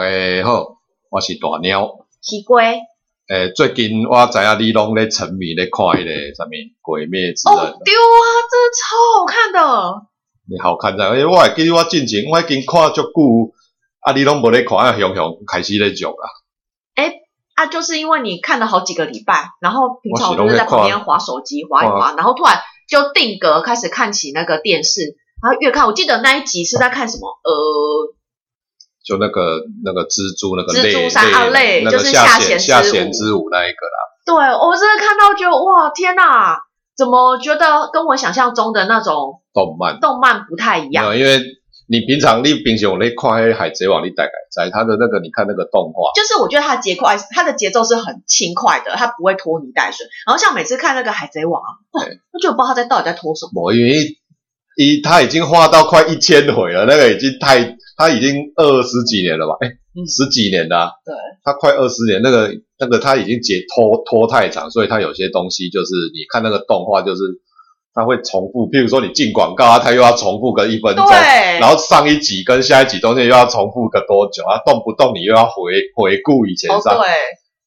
诶、好，我是大鸟。西瓜哦，诶、最近我知影你拢咧沉迷咧看迄个啥物《鬼灭之刃》丢啊，真的超好看的。你好看在，诶、我会记得我进前我已经看足久，啊，你拢无咧看，啊，雄雄开始咧上啊。啊，就是因为你看了好几个礼拜，然后平常我始我终就是在在旁看边划手机，划一看划，然后突然就定格开始看起那个电视，然后越看，我记得那一集是在看什么？呃，就那个那个蜘蛛那个蜘类蛛侠啊类那就个是下下弦弦之下舞弦之舞那一个啦。对我真的看到觉得哇，天哪！怎么觉得跟我想象中的那种动漫。动漫不太一没样？有，因为你平常你平常有在看《那个海贼王》，你大概在它的那个，你看那个动画，就是我觉得它节快，它的节奏是很轻快的，它不会拖泥带水。然后像每次看那个《海贼王》，哇对我就不知道他在到底在拖什么。我因为一他已经画到快一千回了，那个已经太他已经二十几年了吧？哎、嗯十几年了、啊，对，他快二十年，那个那个他已经解拖拖太长，所以他有些东西就是你看那个动画就是。他会重复，譬如说你进广告啊，他又要重复个一分钟，对，然后上一集跟下一集中间又要重复个多久啊？动不动你又要回回顾以前哦，上对，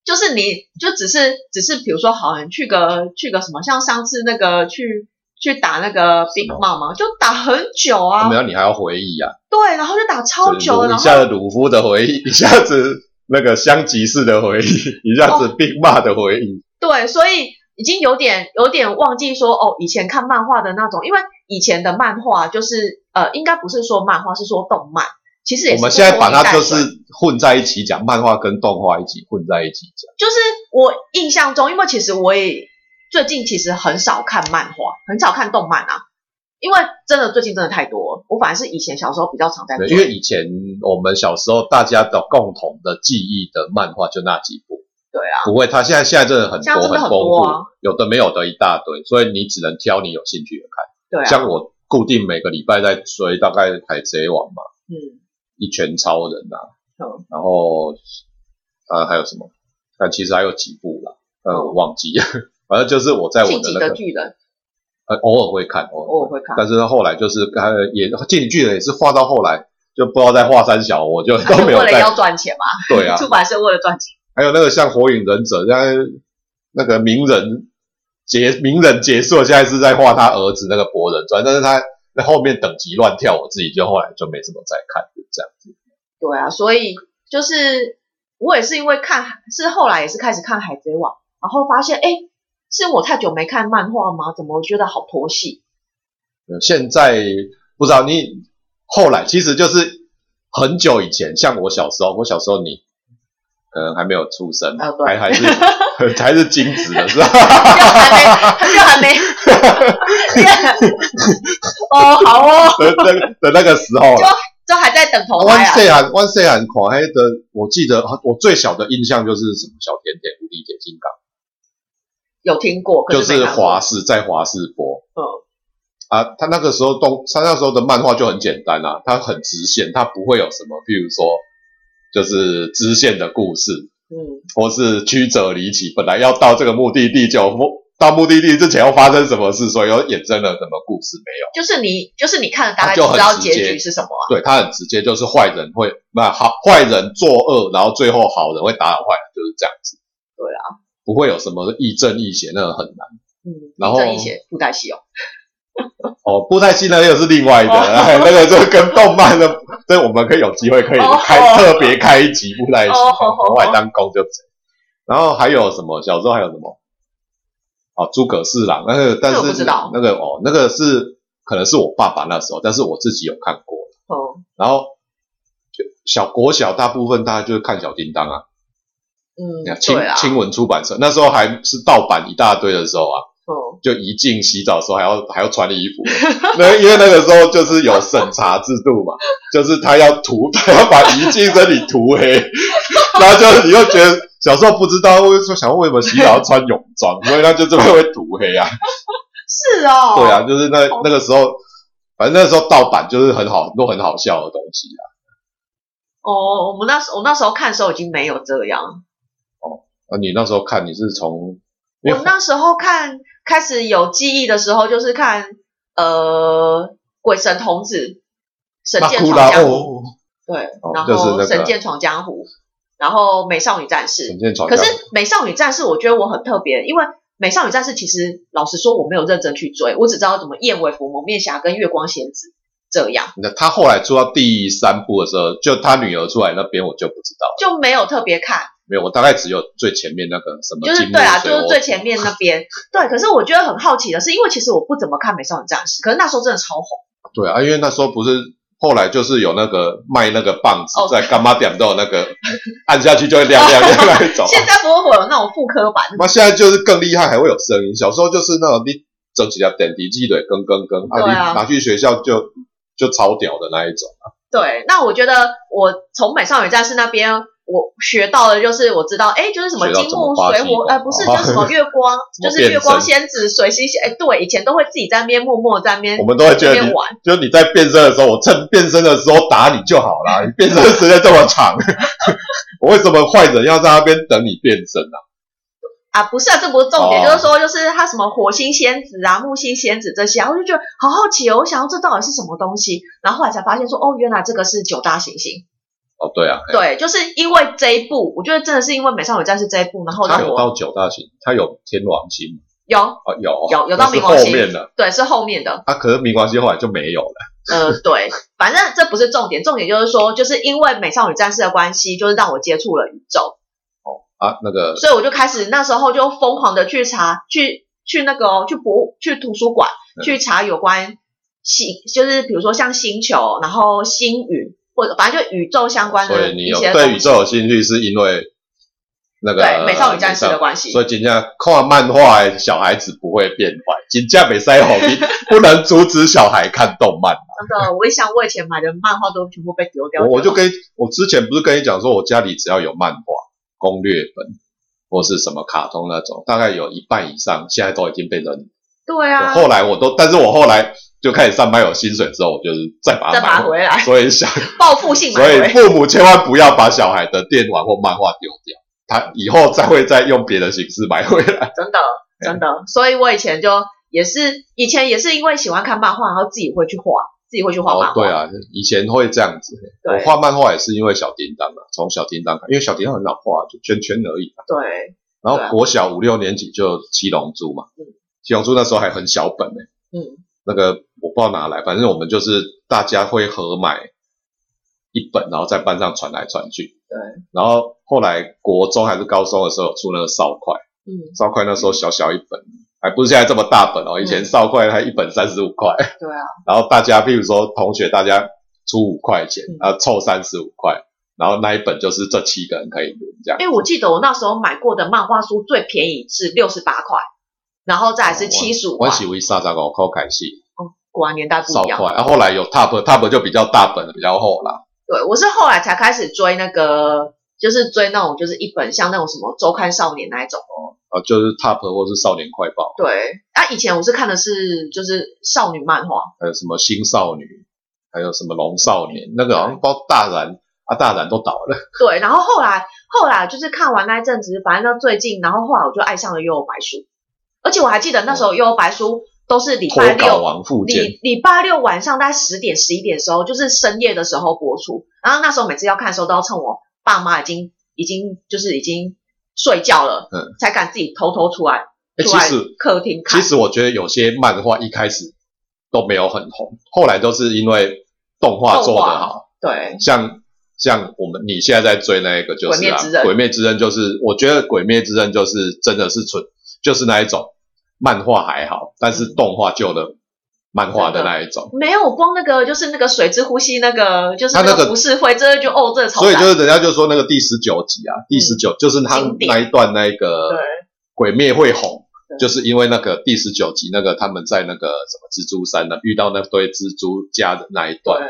就是你就只是只是比如说，好，你去个去个什么，像上次那个去去打那个 Big 么 Mom 嘛，就打很久啊，哦没有，你还要回忆啊，对，然后就打超久就了，是然一下后子鲁夫的回忆，一 下子那个香吉士的回忆， 一下哦子兵马的回忆，对，所以已经有点有点忘记说哦，以前看漫画的那种，因为以前的漫画就是呃，应该不是说漫画，是说动漫，其实也我是们不现在拖把泥它带就水是混在一起讲，漫画跟动画一起混在一起讲。就是我印象中，因为其实我也最近其实很少看漫画，很少看动漫啊，因为真的最近真的太多了。我反而是以前小时候比较常在追，对，因为以前我们小时候大家的共同的记忆的漫画就那几部，对啊，不会，它现在现在真的很现在多真的丰很富，多啊有的没有的一大堆，所以你只能挑你有兴趣的看。对啊，像我固定每个礼拜在追，大概海贼王嘛，嗯，一拳超人啊，嗯然后呃还有什么？但其实还有几部啦，呃，嗯我忘记， 反正就是我在我晋的级那的个巨人呃偶尔会看，偶尔偶尔会看，但是后来就是呃也进剧了，也是画到后来就不知道在画三小，我 就啊都就没为有了在。要赚钱嘛，对啊，出版社为了赚钱，还有那个像火影忍者，像那个鸣人结鸣人结束了，现在是在画他儿子那个博人传，但是他那后面等级乱跳，我自己就后来就没什么再看，就这样子。对啊，所以就是我也是因为看，是后来也是开始看海贼王，然后发现哎，诶是我太久没看漫画吗？怎么觉得好拖戏？呃现在不知道你后来其实就是很久以前，像我小时候，我小时候你可能还没有出生，啊对还 还是还是精子的是吧？ 就还没，就还没。哦，好哦，的那个的那个时候啊啦，就还在等投我胎啊。细汉我细汉看迄的，我记得我最小的印象就是什么小甜甜无敌铁金刚。有听过，可就是没是看过华视在华视播。嗯啊，他那个时候动，他那时候的漫画就很简单啊，它很直线，它不会有什么，譬如说就是支线的故事，嗯，或是曲折离奇。本来要到这个目的地就目到目的地之前要发生什么事，所以又衍生了什么故事没有？就是你，就是你看了大概就就很知道直结接局是什么啊、对，他很直接，就是坏人会那好坏人作恶，然后最后好人会打倒坏人，就是这样子。对啊，不会有什么亦正亦邪，那个很难。嗯，然后这一些布袋戏哦，哦，布袋戏那个又是另外的，哦 哎，那个就跟动漫的，所以我们可以有机会可以哦开、哦特别开一集布袋戏，哦哦哦国外当工就这样。然后还有什么？小时候还有什么？哦，诸葛四郎，那个但这是我不知道那个哦，那个是可能是我爸爸那时候，但是我自己有看过。哦，然后就小国小大部分大家就是看小叮当啊，嗯你看，青对啊，青文出版社那时候还是盗版一大堆的时候啊，哦，就一进洗澡的时候还要还要穿衣服，那因为那个时候就是有审查制度嘛， 就是他要涂， 他要把一进身体涂黑， 然后就你又觉得小时候不知道为说想为什么洗澡要穿泳 装，所以他就这边会涂黑啊，是哦，对啊，，就是那那个时候，反正那时候盗版就是很好很多很好笑的东西啊，哦，我们那时我那时候看的时候已经没有这样，那你那时候看你是从因为我那时候看开始有记忆的时候，就是看呃鬼神童子、神那剑哭闯啦江湖，哦，对，哦然就是那后个《神剑闯江湖》，然后《美少女战士》神，剑闯可江是湖， 《美少女战士》，我觉得我很特别，因为《美少女战士》其实老实说我没有认真去追，我只知道怎么燕尾服、蒙面侠跟月光仙子这样，那他后来出到第三部的时候，就他女儿出来那边我就不知道了，就没有特别看。没有，我大概只有最前面那个什么就是金木对啊，水就是火最土前 面那边。对，可是我觉得很好奇的是，因为其实我不怎么看《美少女战士》，可是那时候真的超红。对啊，因为那时候不是后来就是有那个卖那个棒子哦，在干妈点都有那个按下去就会亮亮亮那一种。啊现在不会有那种复刻版，那现在就是更厉害，还会有声音。小时候就是那种你整起来点滴机对，跟跟跟，对啊你拿去学校就就超屌的那一种。对，那我觉得我从《美少女战士》那边我学到的就是我知道，哎，就是什么学到金怎么木发水起火，呃，火不是，就是什 么月光，哦么就是月变身光仙子、水星仙，哎，对，以前都会自己在那边默默在那边我们都会觉得那边你，玩，就你在变身的时候，我趁变身的时候打你就好啦。你变身时间这么长， 我为什么坏人要在那边等你变身啊？啊，不是啊，这不是重点，哦就是说，就是他什么火星仙子啊、木星仙子这些啊，我就觉得好好奇哦，我想要这到底是什么东西，然后后来才发现说，哦，原来这个是九大行星，哦，对啊，对，就是因为这一部，我觉得真的是因为《美少女战士》这一部，然后他让有我到九大型，他有天王星有啊，有哦有有到那是冥王后星面的对是后面的，啊，可是冥王星后来就没有了。呃，对，反正这不是重点，重点就是说，就是因为《美少女战士》的关系，就是让我接触了宇宙，啊，那个所以我就开始那时候就疯狂的去查，去去那个、哦、去博物去图书馆嗯去查有关星，就是比如说像星球，然后星云，或者反正就宇宙相关所嗯的以你一有些对宇东西宙有兴趣，是因为那个对美少女战士的美关系少。所以今天看漫画的小孩子不会变坏，金价没塞好，你不能阻止小孩看动漫。真的，我一想，我以前买的漫画都全部被丢掉我了。我就跟我之前不是跟你讲说，我家里只要有漫画、攻略本或是什么卡通那种，大概有一半以上现在都已经变成。对啊，我后来我都，但是我后来就开始上班有薪水之后，我就是再把它再把它买回回来，所以想报复性买所回以来。父母千万不要把小孩的电玩或漫画丢掉，他以后再会再用别的形式买回来。真的哎真的。所以我以前就也是，以前也是因为喜欢看漫画，然后自己会去画，自己会去画漫画。对，啊，以前会这样子。对啊我画漫画也是因为小叮当啊，从小叮当看，因为小叮当很好画，就圈圈而已啊。对然对啊后国小五六年级就七龙珠嘛，七龙珠那时候还很小本呢、嗯，那个我不知道哪来，反正我们就是大家会合买一本，然后在班上传来传去。对，然后后来国中还是高中的时候有出那个少块。嗯，烧块那时候小小一本，还不是现在这么大本哦。以前烧块它一本三十五块，对啊， 然后大家譬如说同学大家出五块钱嗯，然后凑三十五块，然后那一本就是这七个人可以轮这样。因为我记得我那时候买过的漫画书最便宜是六十八块，然后再来是七十五块哦我。喜为三十五块开始果然年代不烧一样。块，啊然后后来有 top top 就比较大本比较厚啦。对，我是后来才开始追那个，就是追那种就是一本像那种什么周刊少年那一种。哦啊，就是 top 或是少年快报，对，啊，以前我是看的是就是少女漫画，还有什么新少女，还有什么龙少年，那个好像包大然啊，大然都倒了。对，然后后来后来就是看完那一阵子，反正到最近，然后后来我就爱上了幽游白书，而且我还记得那时候幽游白书都是礼脱拜稿啊六，王附件，礼礼拜六晚上大概十点十一点的时候，就是深夜的时候播出，然后那时候每次要看的时候都要趁我爸妈已经已经就是已经睡觉了，嗯，才敢自己偷偷出来哎，出其来实客厅看其，实我觉得有些漫画一开始都没有很红，后来都是因为动画做得好，对，像像我们你现在在追那一个就是啊鬼灭之刃《鬼灭之刃》，就是我觉得《鬼灭之刃》就是真的是纯就是那一种漫画还好，但嗯是动画旧的漫画的那一种，没有光那个就是那个水之呼吸那个就是他那那个个浮世绘，真的就哦，这个超所以赞就是人家就说那个第十九集啊，第十九就是他嗯经典那一段那一个对鬼灭会红对，就是因为那个第十九集那个他们在那个什么蜘蛛山呢遇到那堆蜘蛛家的那一段对。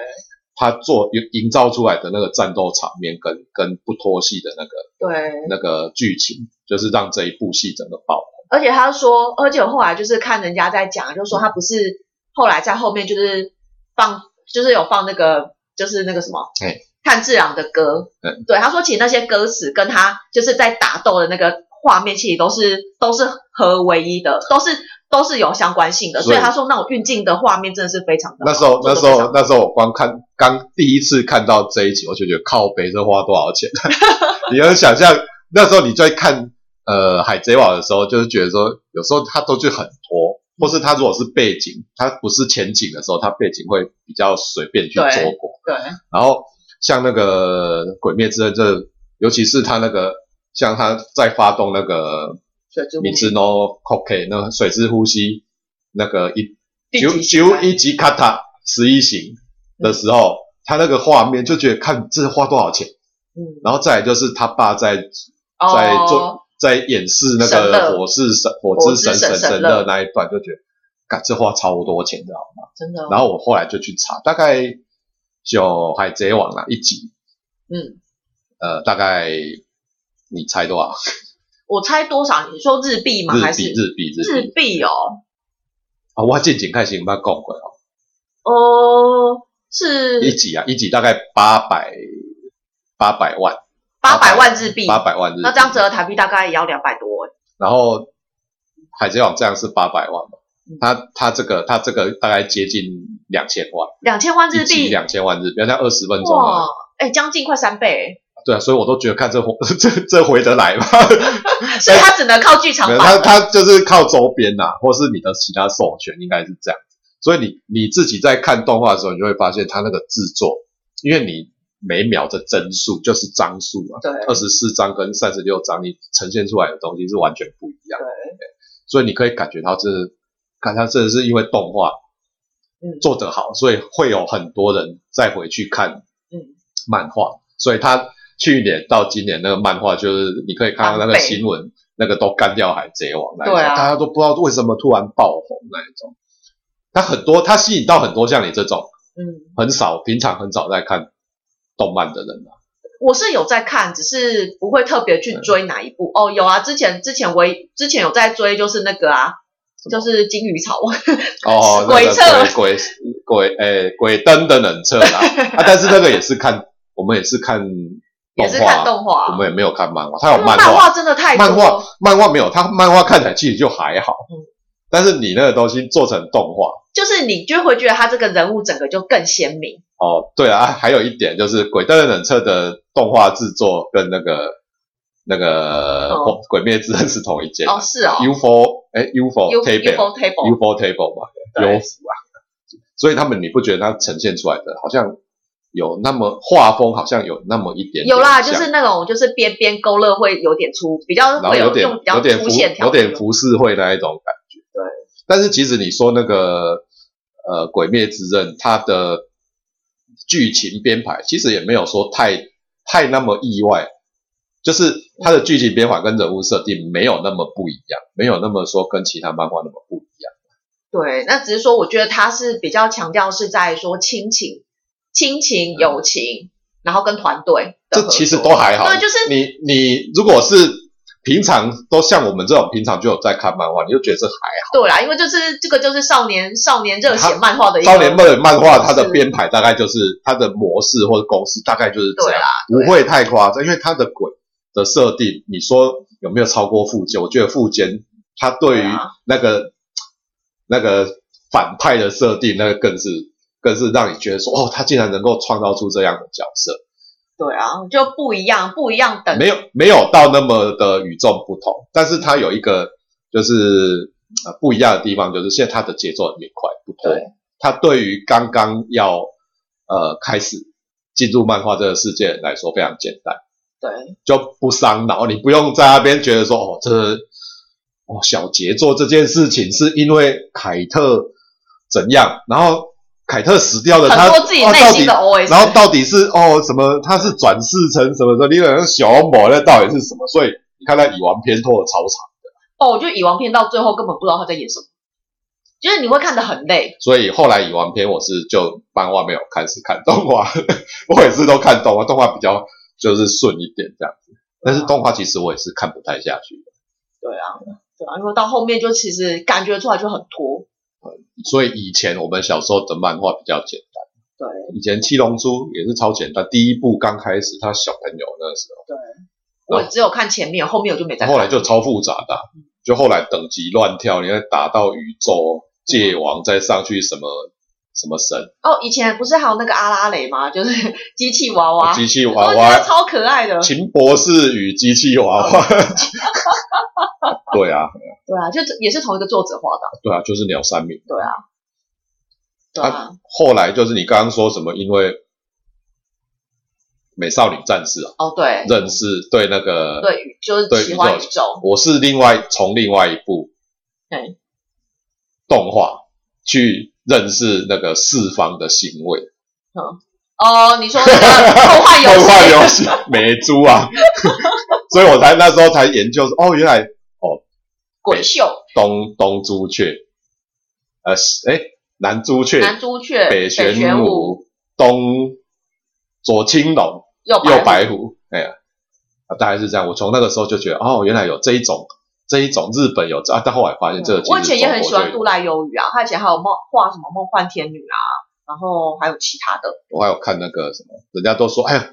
他做营造出来的那个战斗场面跟跟不脱戏的那个对，那个剧情，就是让这一部戏整个爆红。而且他说，而且我后来就是看人家在讲，就说他不是后来在后面就是放，就是有放那个就是那个什么，哎炭治郎的歌，嗯对，他说其实那些歌词跟他就是在打斗的那个画面，其实都是都是合为一的，都是都是有相关性的，所所以以他说那种运镜的画面真的是非常的好。那时候做那得时非常候好那时候我光看刚第一次看到这一集，我就觉得靠北这花多少钱？ 你能想象那时候你在看呃海贼王的时候，就是觉得说有时候它都就很拖，或是它如果是背景，它不是前景的时候，它背景会比较随便去对做过。对，然后像那个《鬼灭之刃》这，尤其是他那个像他在发动那个水之呼吸米之 no koke 那个水之呼吸那个一第九几集九啊一级卡塔十一型的时候，他那个画面就觉得看这花多少钱，嗯，然后再来就是他爸在在哦，做在演示那神个乐火是神火之神火之神神神神乐乐那一段，就觉得，干这花超多钱的，真的哦，然后我后来就去查，大概就海贼王啦一集，嗯，呃，大概你猜多少？我猜多少？你说日币吗？还日是币日币日币日币哦？啊！我近景看行吧，够贵哦，哦，一是集啊，一集大概八百八百万，八百万日币，八百万日币。那这样折合台币大概也要两百多哎。然后海贼王这样是八百万嘛嗯？他他这个他这个大概接近两千万，两千万日一集币，两千万日币，要才二十分钟哇啊，，哎，将近快三倍，对啊，所以我都觉得看这回 这这回得来吗？哎所以他只能靠剧场没有，他版。他就是靠周边呐、啊或是你的其他授权，应该是这样。所以你你自己在看动画的时候，你就会发现它那个制作，因为你每秒的帧数就是张数啊嘛，对二十四张跟三十六张，你呈现出来的东西是完全不一样。对，所以你可以感觉到这，看它真的是因为动画嗯做得好，所以会有很多人再回去看嗯漫画，所以他去年到今年那个漫画，就是你可以看到那个翻倍新闻，那个都干掉海贼王那一种，对啊大家都不知道为什么突然爆红那一种。他很多，他吸引到很多像你这种嗯，很少平常很少在看动漫的人啊。我是有在看，只是不会特别去追哪一嗯部。哦，有啊，之前之前我也之前有在追，就是那个啊，就是金鱼草， 哦，那鬼个鬼鬼鬼诶鬼灯的冷彻 啦，啊，但是那个也是看，我们也是看也动是看画，动画我啊。们也没有看漫画，他有因为漫漫画，画真的太多漫画漫画没有，他漫画看起来其实就还好，嗯但是你那个东西做成动画，就是你就会觉得他这个人物整个就更鲜明。哦，对啊，还有一点就是《鬼灯冷彻》的动画制作跟那个那个哦火《鬼灭之刃》是同一间、哦，是哦 UFO 哎 UFO U table UFO table， UFO table 嘛，对优服啊，所以他们你不觉得它呈现出来的好像有那么画风，好像有那么一点点有啦，就像是那种就是边边勾勒会有点粗，比较然后会有点用比较点粗浮线条有的那种，点浮世绘那一种感觉。对，但是其实你说那个呃《鬼灭之刃》，它的剧情编排其实也没有说太太那么意外，就是它的剧情编排跟人物设定没有那么不一样，没有那么说跟其他漫画那么不一样。对，那只是说，我觉得他是比较强调是在说亲情、亲情、友情，然后跟团队嗯的这合其实作都还好。对，就是你你如果是平常都像我们这种平常就有在看漫画，你就觉得这还对啦，因为就是这个就是少年少年热血漫画的一个好。少年漫漫画它的是编排大概就是它的模式或者公式大概就是这对样啦，，不会太夸张，因为它的鬼的设定，你说有没有超过富坚？我觉得富坚他对于对啊那个、那个反派的设定，那个更是更是让你觉得说，哦，他竟然能够创造出这样的角色，对啊，就不一样，不一样等没有没有到那么的与众不同，但是他有一个就是呃不一样的地方，就是现在他的节奏很明快，不拖对。他对于刚刚要呃开始进入漫画这个世界来说非常简单。对，就不伤脑，你不用在那边觉得说哦，这哦小杰做这件事情是因为凯特怎样，然后凯特死掉了，他很多自己哦内到心底的 OS，然后到底是哦什么，他是转世成什么的，你好像小魔那到底是什么？所以你看他以王偏托的超长，哦，我觉得蚁王片到最后根本不知道他在演什么，就是你会看得很累，所以后来以王篇我是就漫画没有看，是看动画， 我也是都看动画，动画比较就是顺一点这样子，但是动画其实我也是看不太下去。对啊，对啊，因为到后面就其实感觉出来就很拖，所以以前我们小时候的漫画比较简单，对以前《七龙珠》也是超简单，第一部刚开始他小朋友那时哦我只有看前面，后面我就没再候，看嗯后来就超复杂的啊、就后来等级乱跳，你会打到宇嗯宙界王，再上去什么什么神、哦，以前不是还有那个阿拉蕾吗？ 就是机器娃娃，哦机器我娃觉得娃、超可爱的。秦博士与机器娃娃。嗯 对啊，对啊，就也是同一个作者画的。对啊，就是鸟山明。对啊，对啊，后来就是你刚刚说什么，因为美少女战士啊，哦对，认识对那个对宇就是对喜欢宇宇宙宙，我是另外从另外一部对动画去认识那个四方的行为，哦，你说那 个梦幻游动画戏，游戏美猪 啊，所以我才那时候才研究说，哦，原来滚秀，东东朱雀，呃，是哎，南朱雀，南朱雀，北北玄武，哦武，东左青龙，右右白白虎，哎呀、啊，大概是这样。我从那个时候就觉得，哦，原来有这一种，这一种日本有这啊，但后来发现这个我以其实前也很中喜国就欢有杜赖鱿鱼啊，他以前还有梦画什么梦幻天女啊，然后还有其他的。我还有看那个什么，人家都说，哎呀，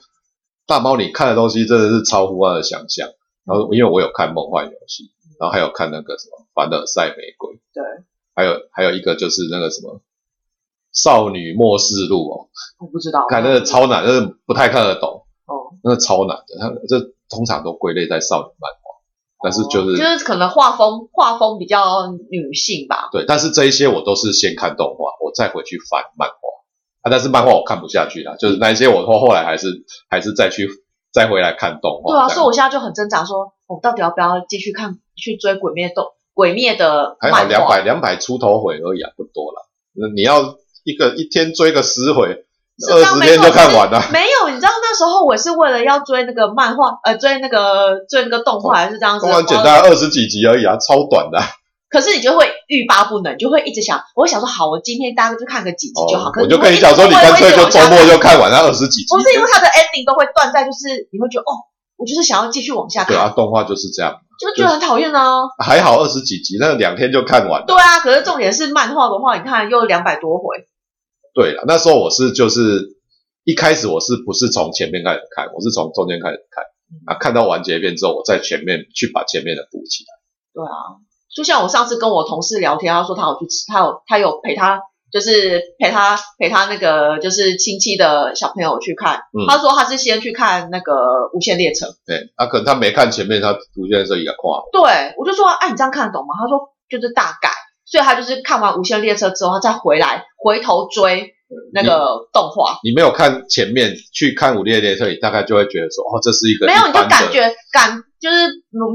大猫你看的东西真的是超乎我的想象。然后因为我有看《梦幻游戏》，然后还有看那个什么《凡尔赛玫瑰》，对，还有还有一个就是那个什么《少女末世录》哦，我不知道，看那个超难，那个不太看得懂，哦，那个超难的，它这通常都归类在少女漫画，但是哦就是、就是可能画风画风比较女性吧，对，但是这一些我都是先看动画，我再回去翻漫画啊。但是漫画我看不下去啦，就是那一些我后后来还是还是再去再回来看动画。对哦啊，这样所以我现在就很挣扎说，我到底要不要继续看去追《鬼灭》动《鬼灭》的还好漫两画？百两百出头回而已啊，不多了。那你要一个一天追个十回，是二这样十没天错就看完了、没有，你知道那时候我是为了要追那个漫画，呃，追那个追那个动画，还是这样子。哦动画简单二十几集而已啊，超短的啊、可是你就会欲罢不能，就会一直想。我会想说，好，我今天大概就看个几集就好。可哦我就是会跟一你直讲说，你会干脆就周末。会一直往下看就看完那二十几集。不是因为它的 ending 都会断在，就是你会觉得哦，我就是想要继续往下对看，啊，动画就是这样，就觉得很讨厌啊。还好二十几集，那两天就看完了。对啊，可是重点是漫画的话，你看又两百多回，对了，那时候我是就是一开始我是不是从前面开始看，我是从中间开始看嗯啊，看到完结篇之后，我在前面去把前面的补起来。对啊，就像我上次跟我同事聊天，他说他有去吃，他有他有陪他，就是陪他陪他那个就是亲戚的小朋友去看。嗯他说他是先去看那个《无限列车》，对，啊，可能他没看前面，他出现的时候也看了。对我就说，哎、你这样看得懂吗？他说就是大概，所以他就是看完《无限列车》之后，他再回来回头追那嗯个动画。你没有看前面，去看《五列列特》，你大概就会觉得说，哦，这是一个没有，一你就般的感觉感就是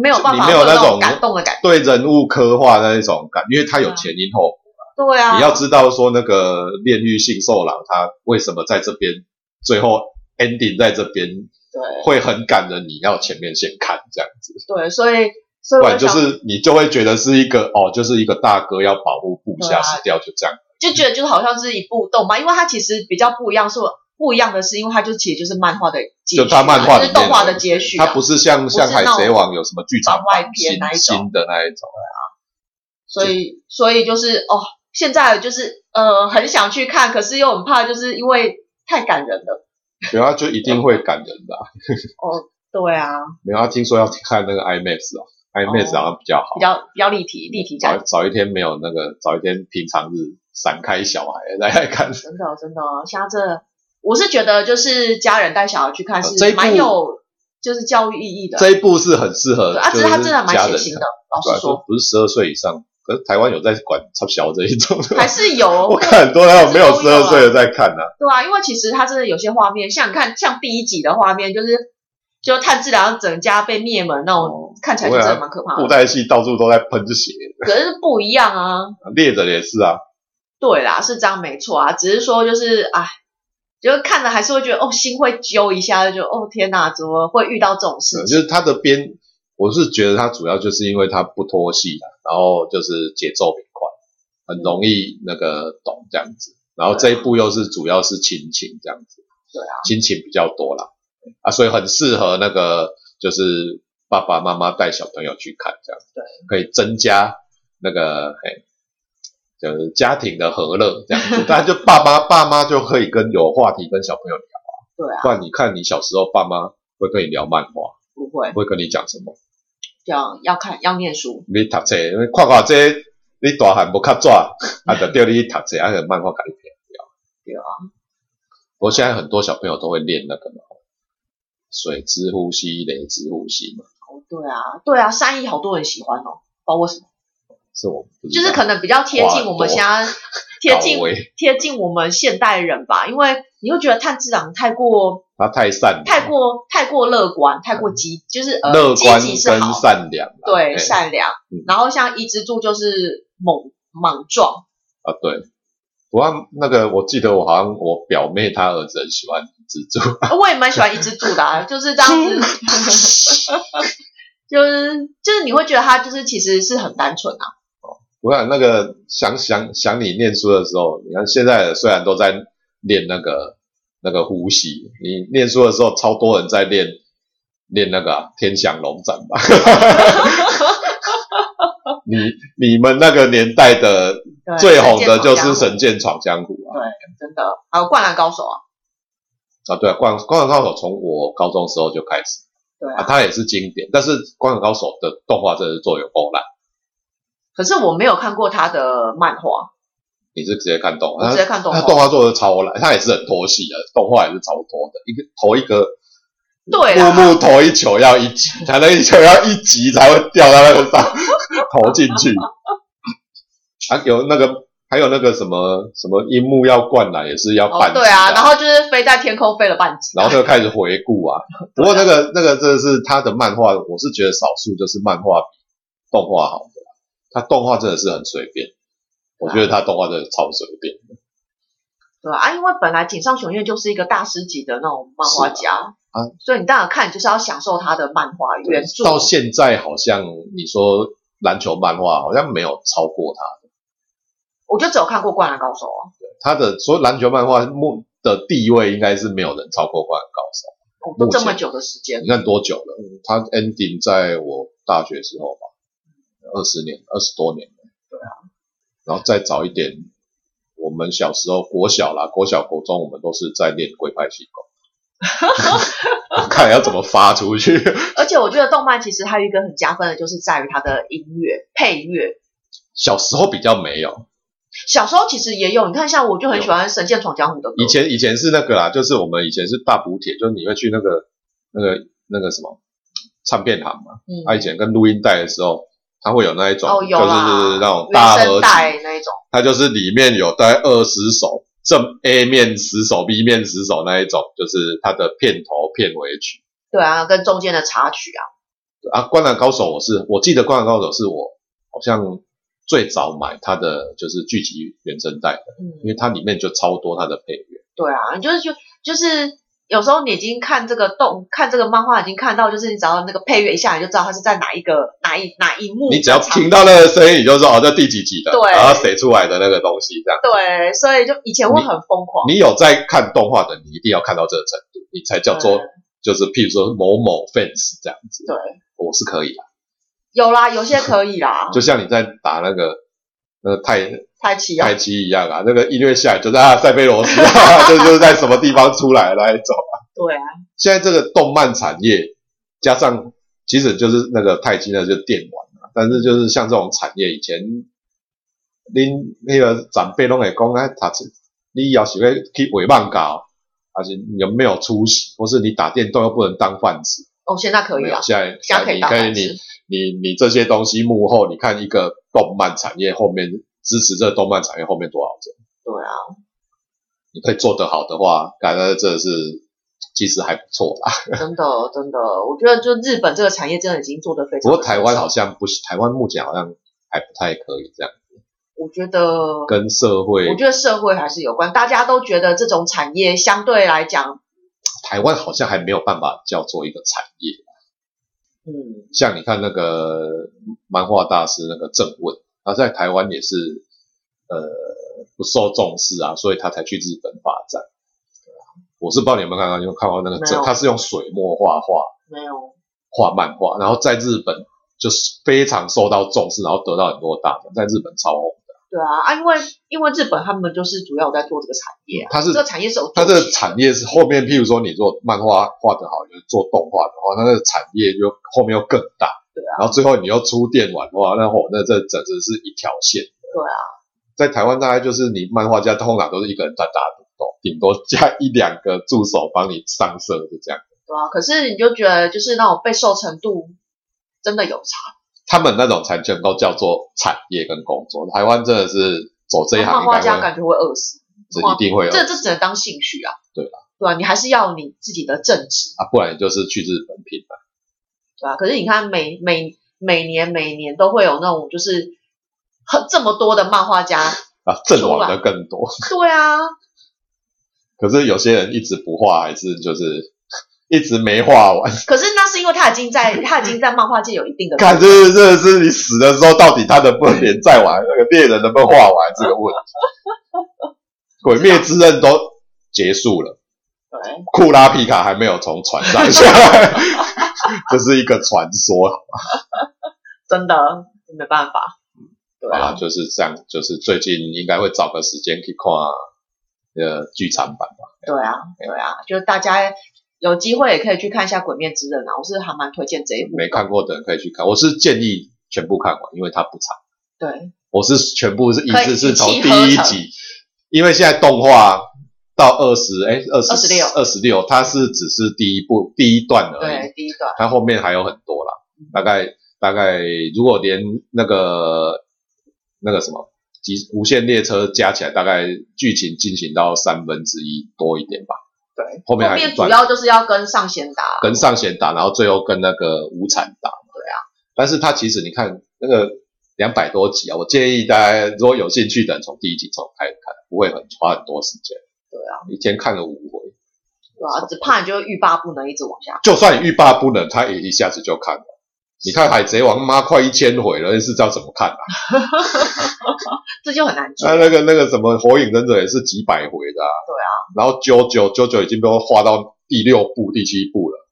没有办你法没有会有那那种种感动的感觉。对人物刻画的那种感，因为它有对啊前因后果。对啊，你要知道说那个炼狱性受狼他为什么在这边最后 ending 在这边对会很感人，你要前面先看这样子。对，所以所以不我然就想是你就会觉得是一个哦，就是一个大哥要保护部对下啊死掉就这样，就觉得就是好像是一部动漫，因为它其实比较不一样，是不一样的是，因为它就其实就是漫画的结局嘛，就它漫画就里面是动画的结局、啊，它不是像不是像海那种贼王有什么剧场番外版篇新那一种新的那一种，所以所以就是哦，现在就是呃很想去看，可是又很怕，就是因为太感人了。对啊，就一定会感人的、啊。对啊，没有，他听说要看那个 IMAX 哦，IMAX 好像比较好比，较比较立体立体早感，早一天没有那个，早一天平常日散开小孩来来看。真的真的，像这我是觉得就是家人带小孩去看呃这一是部蛮有就是教育意义的。这一部是很适合，对啊，就只是它真的蛮家血人腥看的，，老对啊实说不是十二岁以上，可是台湾有在管插小这一种，还是有。啊我看很多那种没有还是十都有二啊岁的在看呢、对啊，因为其实它真的有些画面，像你看，像第一集的画面，就是就炭治郎整家被灭门那种，哦看起来就真的蛮可怕布的。袋戏到处都在喷血，可是不一样啊，猎人也是啊，对啦，是这样没错啊，只是说就是哎，就是看着还是会觉得哦，心会揪一下，就哦天哪，怎么会遇到这种事嗯就情？是他的编，我是觉得他主要就是因为他不拖戏啦，然后就是节奏明快，很容易那个懂这样子。然后这一部又是主要是亲情这样子，啊对啊，亲情比较多啦，啊，所以很适合那个就是爸爸妈妈带小朋友去看这样，对，可以增加那个嘿。就是家庭的和乐这样子，但就爸妈爸妈就可以跟有话题跟小朋友聊，对啊，不然你看你小时候爸妈会跟你聊漫画，不会，会跟你讲什么？这样要看要念书，你读册，看看这，你大汉无较纸，啊，就叫你读册，啊，就漫画给你骗掉。对啊。不过现在很多小朋友都会练那个嘛，水之呼吸、雷之呼吸嘛，哦，对啊，对啊，善意好多人喜欢哦，不知道为什么，是我们不知就道是可能比较贴近我们现在贴近到位贴近我们现代人吧，因为你会觉得炭治郎太过他太善良太过太过乐观，太过积，就是呃嗯乐观积极是跟好，善良啦，对嘿善良嗯，然后像伊之助就是莽莽撞， 啊，对。我要那个，我记得我好像我表妹她儿子很喜欢蜘蛛，我也蛮喜欢伊之助 的、啊，就是这样子，就是就是你会觉得他就是其实是很单纯啊，我想那个想想想你念书的时候，你看现在虽然都在练那个那个呼吸，你念书的时候超多人在练练那个啊、天翔龙斩吧。 你你们那个年代的对最红的就是《神神剑闯江湖》啊剑真的，还有灌篮高手啊，啊，对啊，灌《灌篮高手》从我高中时候就开始对啊，啊，它也是经典，但是《灌篮高手》的动画真的是做有够烂，可是我没有看过他的漫画，你是直接看动画，我直接看动他画，啊动画做的超烂，他也是很拖戏的，啊动画也是超拖的，一个投一个对啊木啦木投一球要一集，才能一球要一集才会掉到那个上投进 去。啊，有那个还有那个什么什么樱木要灌篮也是要哦半集、对啊，然后就是飞在天空飞了半集，然后就开始回顾 啊。不过那个那个真的是他的漫画，我是觉得少数就是漫画比动画好的啦，他动画真的是很随便，我觉得他动画真的超随便。对啊，因为本来井上雄彦就是一个大师级的那种漫画家啊所以你当然看你就是要享受他的漫画原著，到现在好像你说篮球漫画好像没有超过他，我就只有看过《灌篮高手》啊，他的所有篮球漫画目的地位应该是没有人超过灌篮高手。我都这么目前久的时间你，看多久了？他 ending 在我大学时候吧，二十年，二十多年了。对啊，然后再早一点，我们小时候国小啦，国小国中我们都是在练龟派气功， 看要怎么发出去。而且我觉得动漫其实还有一个很加分的，就是在于它的音乐配乐。小时候比较没有，小时候其实也有，你看像我就很喜欢《神剑闯江湖》的歌，以前以前是那个啦，就是我们以前是大补帖，就是你会去那个那个那个什么唱片行嘛。啊嗯他、以前跟录音带的时候，它会有那一种，哦有就是啦，那种大原合集，声带那一种，它就是里面有大概二十首，正 A 面十首，B 面十首那一种，就是它的片头片尾曲对啊，跟中间的插曲啊，啊。《灌篮高手》我是我记得《灌篮高手》是我好像最早买它的就是剧集原声带的，因嗯，为它里面就超多它的配乐。对啊，你就是就就是有时候你已经看这个动看这个漫画，已经看到就是你只要那个配乐一下，你就知道它是在哪一个哪一哪一幕，你只要听到那个声音，你就说哦，这第几集的，对然后谁出来的那个东西这样。对，所以就以前会很疯狂，你有在看动画的，你一定要看到这个程度，你才叫做对就是譬如说某某 fans 这样子。对，我是可以的，有啦，有些可以啦， 就像你在打那个那个太太奇啊太，极一样啊，那个音乐下来就在啊塞贝罗斯，啊 就就是在什么地方出来的那一种。对啊，现在这个动漫产业加上，其实就是那个太极呢，就是电玩嘛。但是就是像这种产业，以前恁那个长辈拢会讲，哎，他你要是会去伪漫搞，还是你有没有出息，或是你打电动又不能当饭吃？哦，现在可以没啦有，，现在现在可以你打看饭你吃你你这些东西幕后，你看一个动漫产业后面支持这个动漫产业后面多少人，对啊，你可以做得好的话，感觉真的是其实还不错啦。真的真的，我觉得就日本这个产业真的已经做得非常。不过台湾好，像不是，台湾目前好像还不太可以这样，我觉得，跟社会我，觉得社会还是有关，大家都觉得这种产业相对来讲，台湾好像还没有办法叫做一个产业。嗯，像你看那个漫画大师那个郑问，他在台湾也是呃不受重视啊，所以他才去日本发展。我是不知道你有没有看到，你有看过那个没郑，有他是用水墨画画没有，画漫画，然后在日本就是非常受到重视，然后得到很多大奖，在日本超红。对啊啊，因为因为日本他们就是主要在做这个产业啊，他是这个产业是有嗯它这做个起产业是后面，譬如说你做漫画画得好，就是做动画的话，它那个产业就后面又更大。来对啊，然后最后你又出电玩的话，那我那这整只是一条线。对啊，在台湾大概就是你漫画家通常都是一个人单打独斗，顶多加一两个助手帮你上色，就这样。对啊。可是你就觉得就是那种备受程度真的有差，他们那种才能够叫做产业跟工作。台湾真的是走这一行，漫画家感觉会饿死。是一定会有这这只能当兴趣啊。对啊，对啊，你还是要你自己的正职，啊，不然你就是去日本拼了。对吧、啊可是你看每每每年每年都会有那种就是很这么多的漫画家，啊，阵亡的更多。对啊，可是有些人一直不画，还是就是 一直没画完。 可是那是因为他已经在他已经在漫画界有一定的看，这真的是你死的时候，到底他能不能连载完？那个猎人能不能画完这个问题？鬼灭之刃都结束了，对库拉皮卡还没有从船上下来， 这是一个传说 真的没办法，对啊，啊，就是这样。就是最近应该会找个时间去看呃剧场版吧。对啊，对啊，就是大家有机会也可以去看一下《鬼灭之刃》啊，我是还蛮推荐这一部，没看过的人可以去看，我是建议全部看完，因为它不长。对我是全部是一可以直是从一第气呵一成集，因为现在动画到二十哎二十26二十六，它是只是第一部第一段而已，对，嗯第一段它后面还有很多啦，大概大概如果连那个那个什么极无限列车加起来，大概剧情进行到三分之一多一点吧，对，后面还有一面段主要就是要跟上弦打，啊跟上弦打，然后最后跟那个无惨打嘛。对啊，但是它其实你看那个两百多集啊，我建议大家如果有兴趣的人从第一集从开始看，不会很花很多时间，对啊，一天看个五回。对啊，只怕你就欲罢不能，一直往下，就算你欲罢不能，他也一下子就看了。你看《海贼王》妈快一千回了，那是要怎么看啊？这就很难做那、，啊那个那个什么《火影忍者》也是几百回的啊。对啊。然后九九九九已经被我画到第六部、第七部了。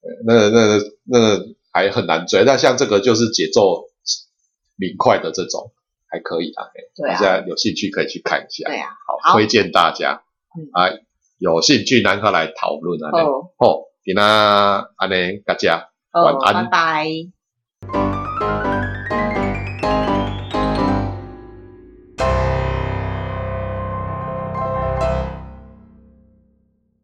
对。那个那个那个还很难追，但像这个就是节奏明快的这种还可以啊。嘿对大啊，家有兴趣可以去看一下，对啊，好，好推荐大家嗯。啊，有兴趣咱可来讨论啊。哦好，今仔安尼大家。晚哦，安拜拜。拜